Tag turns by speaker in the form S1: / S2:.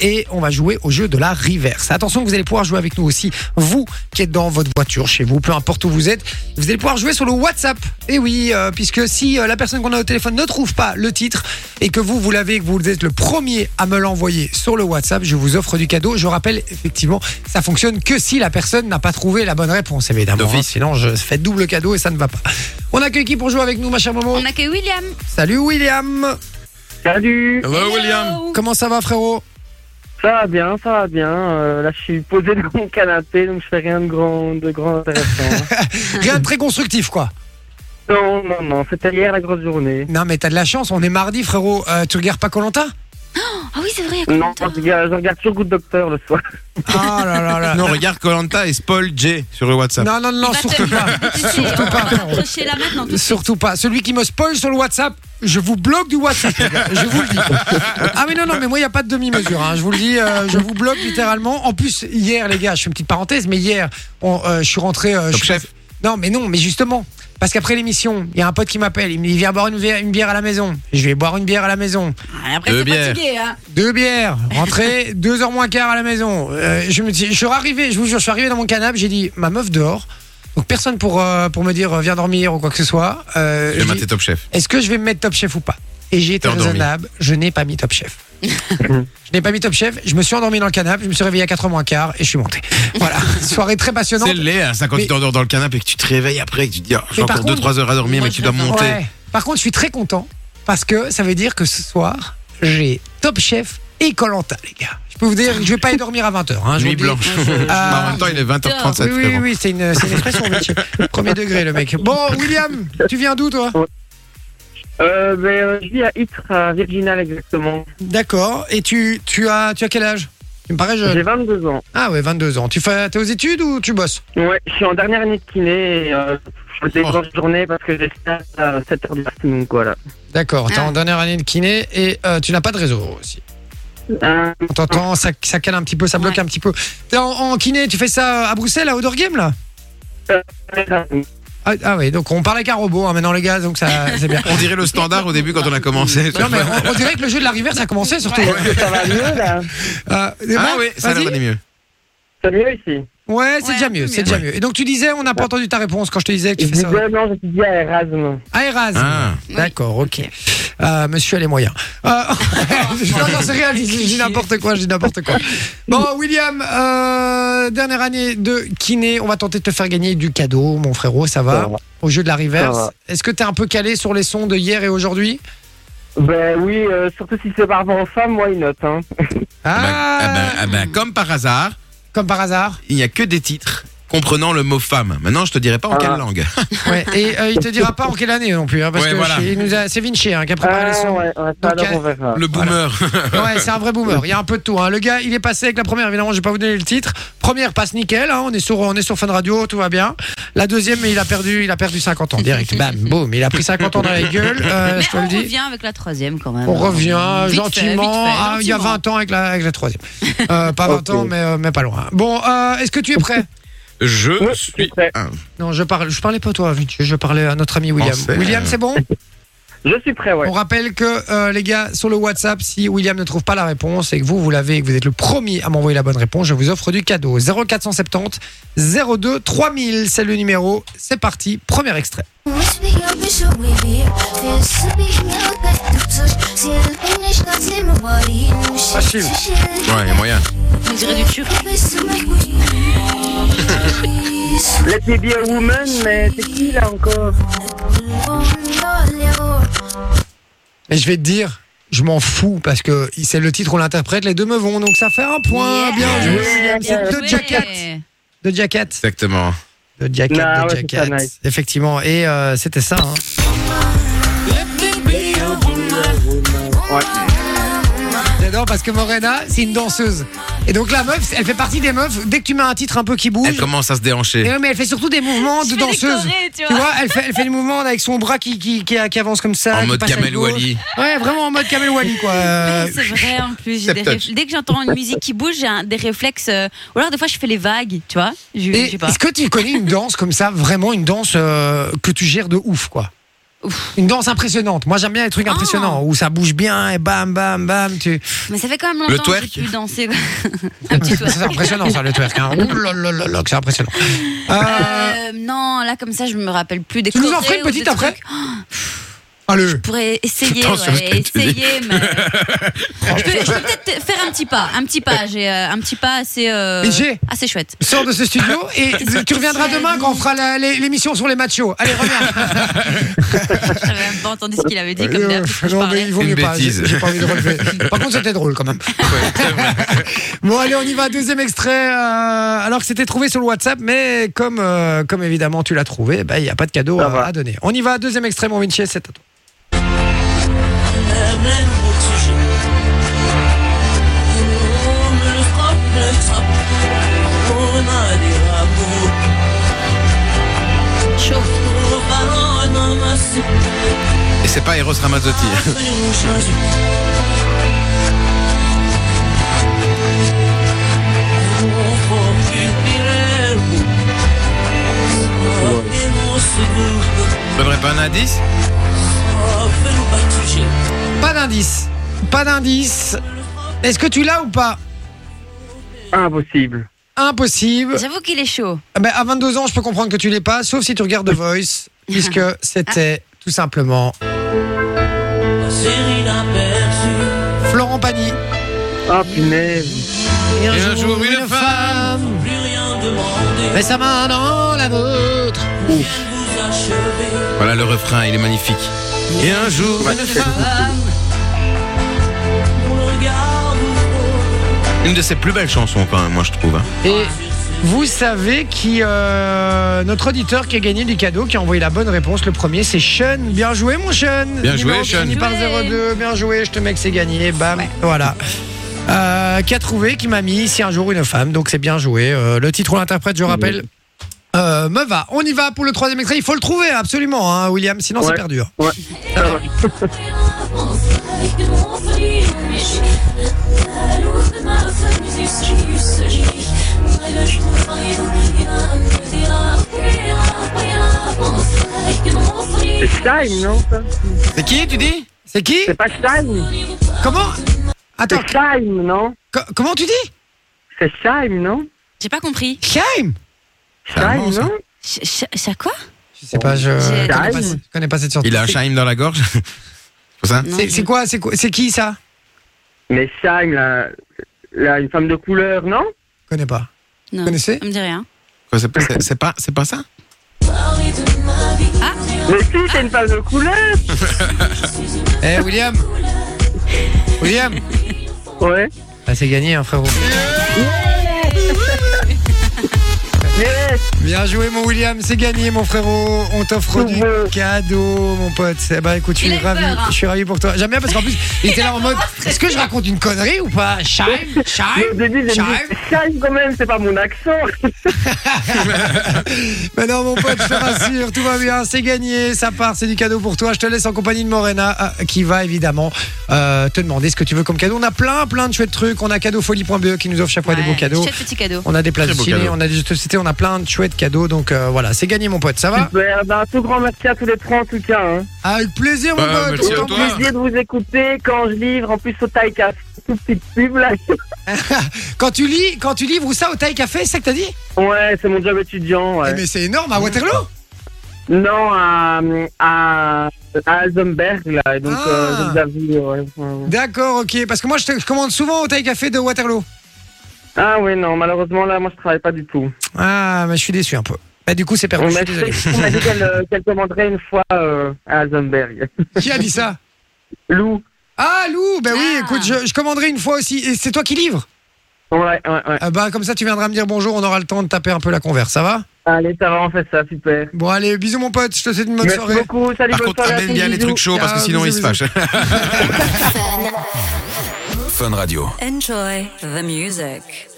S1: Et on va jouer au jeu de la reverse. Attention, vous allez pouvoir jouer avec nous aussi. Vous qui êtes dans votre voiture, chez vous, peu importe où vous êtes, vous allez pouvoir jouer sur le WhatsApp. Et oui, euh, puisque si euh, la personne qu'on a au téléphone ne trouve pas le titre et que vous, vous l'avez et que vous êtes le premier à me l'envoyer sur le WhatsApp, je vous offre du cadeau. Je rappelle, effectivement, ça fonctionne que si la personne n'a pas trouvé la bonne réponse, évidemment.
S2: D'office.
S1: hein. sinon, je fais double cadeau et ça ne va pas. On accueille qui pour jouer avec nous, ma chère maman
S3: On accueille William.
S1: Salut William
S4: Salut,
S1: Oh.
S2: Hello, William
S3: Hello.
S1: Comment ça va, frérot
S4: ça va bien, ça va bien. Euh, là, je suis posé dans mon canapé, donc je fais rien de grand, de grand intéressant.
S1: Rien de très constructif, quoi.
S4: non, non, non, c'était hier la grosse journée.
S1: Non, mais t'as de la chance, on est mardi, frérot. Euh, tu regardes pas Colanta
S3: Ah oui, c'est vrai, il y a combien
S4: Non,
S3: de temps
S4: je regarde, je regarde sur Good Doctor le soir.
S1: Ah là là là.
S2: Non, regarde Colanta et Paul J sur le WhatsApp.
S1: Non, non, non,
S3: Il va te-
S1: surtout
S3: il va
S1: pas.
S3: te toucher.
S1: Surtout
S3: On
S1: pas,
S3: va
S1: frérot.
S3: t'accrocher là maintenant. tout de suite.
S1: Surtout pas. Celui qui me spoil sur le WhatsApp, je vous bloque du WhatsApp, les gars. Je vous le dis. Ah, mais non, non, mais moi, il n'y a pas de demi-mesure. hein. Je vous le dis, euh, je vous bloque littéralement. En plus, hier, les gars, je fais une petite parenthèse, mais hier, on, euh, je suis rentré. euh, je
S2: Top
S1: suis-
S2: chef.
S1: Non, mais non, mais justement. Parce qu'après l'émission, il y a un pote qui m'appelle. Il me dit Viens boire une bière, une bière à la maison. Je vais boire une bière à la maison.
S3: Ah,
S1: Eh
S3: Après,
S2: Deux
S3: c'est
S2: bières.
S3: fatigué. Hein.
S1: Deux bières, rentrée, deux heures moins quart à la maison. Euh, je me dis, je suis arrivé, je vous jure, je suis arrivé dans mon canapé, j'ai dit, ma meuf dehors. Donc personne pour, euh, pour me dire, euh, viens dormir ou quoi que ce soit. Euh, j'ai
S2: Je vais
S1: dit,
S2: mater Top Chef.
S1: Est-ce que je vais me mettre top chef ou pas Et j'ai été
S2: T'es endormi.
S1: raisonnable, je n'ai pas mis top chef. je n'ai pas mis top chef, je me suis endormi dans le canapé, je me suis réveillé à 4 h moins quart et je suis monté. Voilà, soirée très passionnante.
S2: C'est le lait, hein, ça, quand
S1: Mais-
S2: tu t'endors dans le canapé et que tu te réveilles après et que tu te dis, Ah, j'ai
S1: Mais par
S2: encore 2-3 heures à dormir,
S3: moi,
S2: mais
S3: je
S2: tu dois
S3: l'adore.
S2: monter.
S1: Ouais. Par contre, je suis très content parce que ça veut dire que ce soir, j'ai Top Chef et Colanta, les gars. Je peux vous dire, que je vais pas y dormir à 20h. Hein, je vous
S2: Nuit
S1: le dis.
S2: blanche. Bah, en même temps, il est 20h37,
S1: Oui, oui,
S2: frérot.
S1: oui, c'est une, c'est une expression, Vinci. Premier degré, le mec. Bon, William, tu viens d'où, toi
S4: Euh, ben, euh, je vis à Ytre, à Virginal exactement.
S1: D'accord. Et tu, tu, as, tu as quel âge Tu me parais jeune.
S4: J'ai 22 ans.
S1: Ah ouais, 22 ans. Tu fais, t'es aux études ou tu bosses
S4: Ouais, je suis en dernière année de kiné. Et, euh, je fais des
S2: Oh.
S4: grosses journées parce que j'ai stage à 7h du matin, donc voilà.
S1: D'accord, t'es
S3: Ah.
S1: en dernière année de kiné et euh, tu n'as pas de réseau aussi.
S4: Euh,
S1: On t'entend, ça, ça cale un petit peu, ça bloque
S3: Ouais.
S1: un petit peu. T'es en, en kiné, tu fais ça à Bruxelles, à Odor Game, là Ah, ah oui, donc on parle avec un robot hein, maintenant les gars, donc ça c'est bien.
S2: On dirait le standard au début quand on a commencé.
S1: Non mais on, on dirait que le jeu de la rivière ça a commencé surtout.
S3: Ouais.
S4: ça va mieux là
S1: Euh, eh
S2: Ah
S1: ben,
S2: oui, ça a l'air
S1: vas-y.
S2: d'aller mieux.
S4: Ça va mieux ici
S1: Ouais, c'est
S3: Ouais,
S1: déjà
S3: un peu
S1: mieux, c'est
S3: mieux.
S1: déjà mieux. Et donc tu disais, on n'a pas entendu ta réponse quand je te disais que
S4: Je
S1: tu fais ça.
S4: disais, non, j'étudie à Erasme.
S1: Ah Erasme.
S2: Ah.
S1: D'accord, ok. Euh, monsieur a les moyens. Euh, non, non, c'est rien, je dis je dis n'importe quoi, je dis n'importe quoi. Bon, William, euh, dernière année de kiné, on va tenter de te faire gagner du cadeau, mon frérot, ça va,
S4: Ça va.
S1: Au jeu de la reverse.
S4: va. Eh
S1: Est-ce que t'es un peu calé sur les sons de hier et aujourd'hui
S4: Ben oui, euh, surtout si c'est par rapport aux femmes, why not hein.
S2: Ah bah,
S4: eh
S2: ah
S4: ben.
S2: bah, ah bah, comme par hasard,
S1: Comme par hasard.
S2: il n'y a que des titres comprenant le mot femme. Maintenant, je te dirai pas en
S4: Ah.
S2: quelle langue.
S1: Ouais, et euh, il te dira pas en quelle année non plus, hein, parce
S2: Ouais,
S1: que
S2: voilà.
S1: c'est- il nous a- c'est Vinci hein, qui a préparé
S4: Ah,
S1: les sons.
S4: ouais, ouais, ça, alors
S1: euh,
S4: on verra.
S2: Le boomer.
S1: Ouais, c'est un vrai boomer. Il y a un peu de tout. hein. Le gars, il est passé avec la première. Évidemment, je vais pas vous donner le titre. Première passe nickel. hein. On est sur, on est sur Fun Radio, tout va bien. La deuxième, il a perdu, il a perdu 50 ans direct. Bam, boum. Il a pris 50 ans dans la gueule. euh,
S3: Mais
S1: je te
S3: on
S1: le dis.
S3: revient avec la troisième quand même.
S1: On revient
S3: Vite fait, vite fait,
S1: gentiment. Ah, il y a
S3: gentiment.
S1: 20 ans avec la, avec la troisième. Euh, pas 20
S4: Ok.
S1: ans, mais, euh, mais pas loin. Bon, euh, est-ce que tu es prêt
S2: Je
S4: Ouais,
S2: suis.
S4: c'est-
S2: Ah,
S1: Non, je parle, je parlais pas à toi, Vinci. Je parlais à notre ami William.
S2: Français,
S1: William,
S2: euh,
S1: c'est bon
S4: Je suis prêt, ouais.
S1: On rappelle que euh, les gars, sur le WhatsApp, si William ne trouve pas la réponse et que vous, vous l'avez et que vous êtes le premier à m'envoyer la bonne réponse, je vous offre du cadeau. 0470 02 3000, c'est le numéro. C'est parti, premier extrait.
S5: Wish me up and show me beer. Feel so big now that the touch. See the finish, not see my body.
S1: Facile.
S2: Ouais, il y a moyen.
S3: On dirait du turc.
S4: Let me be a woman, mais c'est qui là encore
S1: Et je vais te dire, je m'en fous parce que c'est le titre, on l'interprète, les deux me vont, donc ça fait un point.
S3: Yeah.
S1: Bien joué, William.
S4: Bien
S1: C'est deux
S3: Ouais.
S1: jackets. Deux jackets.
S2: Exactement.
S1: Deux jackets,
S4: Ah
S1: deux
S4: ouais, c'est ça,
S1: jackets.
S4: nice.
S1: Effectivement, et euh, c'était ça. hein. J'adore parce que Morena, c'est une danseuse. Et donc la meuf, elle fait partie des meufs. Dès que tu mets un titre un peu qui bouge,
S2: Elle commence à se
S1: Et
S2: déhancher.
S1: ouais, mais elle fait surtout des mouvements de
S3: Je fais
S1: danseuse.
S3: décorer, tu
S1: Tu
S3: vois.
S1: vois, elle fait, elle fait des mouvements avec son bras qui, qui, qui, qui avance comme ça.
S2: En
S1: qui
S2: mode
S1: passe à
S2: Kamel
S1: gauche.
S2: Wally.
S1: Ouais, vraiment en mode Kamel Wally, quoi. Euh,
S3: C'est vrai en plus. j'ai des
S2: Step
S3: réf-
S2: touch.
S3: Dès que j'entends une musique qui bouge, j'ai un- des réflexes. euh, Ou alors des fois, je fais les vagues, tu vois. Je, je
S1: Et
S3: sais pas.
S1: est-ce que tu connais une danse comme ça, vraiment une danse euh, que tu gères de ouf, quoi Une danse impressionnante. Moi, j'aime bien les trucs
S3: Ah.
S1: impressionnants où ça bouge bien et bam, bam, bam. Tu...
S3: Mais ça fait quand même
S2: Le
S3: longtemps que j'ai
S2: twerk.
S3: plus dansé. Un petit
S1: Ça, c'est
S3: twerk.
S1: impressionnant, ça, le twerk. Hein. Ouh là là là là, que c'est impressionnant. Euh,
S3: Euh, non, là comme ça, je me rappelle plus des
S1: Tu nous en
S3: choréos
S1: ferais une
S3: ou des
S1: petite après
S3: trucs.
S1: Allez.
S3: Je pourrais essayer,
S2: Attention à ce
S3: ouais,
S2: que tu dis.
S3: essayer, mais je peux, je peux peut-être faire un petit pas, un petit pas. J'ai euh, un petit pas assez, euh,
S1: Léger.
S3: assez chouette.
S1: Sors de ce studio et tu reviendras demain quand on fera la- l'é- l'émission sur les machos. Allez, reviens.
S3: J'avais pas entendu ce qu'il avait dit comme
S1: Euh,
S3: d'hab. je hein.
S1: non,
S3: parlais.
S1: mais il vaut
S2: Une
S1: mieux pas. J'ai
S2: bêtise.
S1: j'ai pas envie de relever. Par contre, c'était drôle quand même. Bon, allez, on y va. Deuxième extrait. euh, alors que c'était trouvé sur le WhatsApp, mais comme, euh, comme évidemment tu l'as trouvé, bah, il n'y a pas de cadeau
S4: Ça
S1: à,
S4: va.
S1: à donner. On y va. Deuxième extrait, mon Vinci, c'est à toi.
S2: Et c'est pas Eros Ramazzotti. Faudrait pas un indice
S1: Pas d'indice. Pas d'indice. Est-ce que tu l'as ou pas
S4: Impossible.
S1: Impossible.
S3: J'avoue qu'il est chaud.
S1: Ah ben, à 22 ans, je peux comprendre que tu l'aies pas, sauf si tu regardes The Voice, puisque c'était tout simplement Florent Pagny.
S4: Ah, punaise.
S1: Et
S2: un jour, une femme.
S1: met sa main dans la vôtre.
S2: Voilà le refrain, il est magnifique. Et un jour, une femme. Une de ses plus belles chansons, quand même, moi je trouve. hein.
S1: Et vous savez qui euh, notre auditeur qui a gagné du cadeau, qui a envoyé la bonne réponse, le premier, c'est Sean. Bien joué, mon Sean.
S2: Bien joué, Sean.
S1: Sean. par
S3: Bien joué.
S1: 02. Bien joué, je te mets que c'est gagné. Bam, voilà. Euh, qui a trouvé, qui m'a mis si un jour une femme. Donc c'est bien joué. Euh, le titre, on l'interprète, je rappelle. Euh, me va. On y va pour le troisième extrait. Il faut le trouver, absolument, hein, William. Sinon, c'est
S4: Ouais.
S1: perdu. hein.
S4: Ouais. Ça va. C'est Stein, non ça
S2: C'est qui, tu dis
S1: C'est qui
S4: C'est pas Stein
S1: Comment Attends,
S4: C'est Stein, non
S1: co- comment tu dis
S4: C'est Stein, non
S3: J'ai pas compris.
S1: Chaim
S4: Stein,
S2: bon, ça.
S4: non
S3: Ch- ch- C'est quoi
S1: Je sais pas, je
S3: J'ai-
S1: connais pas,
S4: Chaim.
S1: je connais pas cette chanson.
S2: Il a un Shaim dans la gorge. C'est pour ça
S1: C'est- C'est quoi C'est quoi- c'est qui ça
S4: Mais Stein, là, là, une femme de couleur, non
S1: Je connais pas.
S3: Non,
S1: connaissez
S3: ça me dit rien.
S2: Quoi, c'est pas- c'est- C'est pas, c'est pas ça
S4: Mais si, c'est une femme de couleur
S1: Eh William William
S4: Ouais.
S1: Ah c'est gagné hein, frérot.
S4: Yes
S1: Bien joué mon William, c'est gagné mon frérot. On t'offre du
S4: Bravo.
S1: cadeau mon pote. Eh ben écoute, je
S3: Il
S1: suis
S3: a eu
S1: ravi,
S3: peur, hein.
S1: je suis ravi pour toi. J'aime bien parce qu'en plus, il était là en mode est-ce que je raconte une connerie ou pas Shime,
S4: Mais Au début,
S1: shime,
S4: j'ai dit
S1: shime.
S4: Stein quand même, c'est pas mon accent
S1: Mais non, mon pote, je te rassure, tout va bien, c'est gagné, ça part, c'est du cadeau pour toi. Je te laisse en compagnie de Morena, euh, qui va évidemment euh, te demander ce que tu veux comme cadeau. On a plein, plein de chouettes trucs. On a cadeaufolie.be E qui nous offre chaque fois des beaux cadeaux.
S3: Chouette petit cadeau.
S1: On a des places de
S2: Très beau
S1: ciné,
S2: cadeau.
S1: on a des jeux de société, on a plein de chouettes cadeaux. Donc euh, voilà, c'est gagné, mon pote, ça va
S4: Super, ben, un tout grand merci à tous les trois en tout cas. Hein.
S1: Ah, Avec plaisir, mon
S2: Bah,
S1: pote.
S2: merci à
S1: autant
S2: toi.
S1: plus.
S4: Plaisir de vous écouter quand je livre, en plus au taille café, tout petite pub là.
S1: Quand tu lis, quand tu livres ça au taille café, c'est ça que t'as dit
S4: Ouais, c'est mon job étudiant.
S1: Eh,
S4: Ouais.
S1: Mais c'est énorme, à Waterloo
S4: Non, à, à, à Alzenberg là, et donc
S1: Ah.
S4: euh, je vous avoue, ouais, ouais, ouais.
S1: D'accord, ok. Parce que moi, je, te- je commande souvent au taille café de Waterloo.
S4: Ah oui, non, malheureusement là, moi je travaille pas du tout.
S1: Ah, mais je suis déçu un peu. Bah, du coup, c'est perdu,
S4: On
S1: je
S4: m'a
S1: suis désolé.
S4: on m'a dit qu'elle euh, qu'elle commanderait une fois euh, à Alzenberg.
S1: Qui a dit ça
S4: Lou,
S1: Ah Lou, ben oui,
S3: Ah.
S1: écoute, je, je commanderai une fois aussi. Et c'est toi qui livres
S4: ouais, ouais, ouais.
S1: Ah bah comme ça tu viendras me dire bonjour, on aura le temps de taper un peu la converse, ça va
S4: Allez, ça va, on fait ça, super.
S1: Bon allez, bisous mon pote, je te souhaite une bonne
S4: Merci
S1: soirée.
S4: beaucoup, salut,
S2: Par
S4: bonne
S2: contre,
S4: soirée à
S2: amène
S4: tous,
S2: bien les
S4: bisous.
S2: trucs chauds parce que
S1: Ah,
S2: sinon ils
S1: bisous,
S2: se fâchent.
S6: Fun Radio.
S7: Enjoy the music.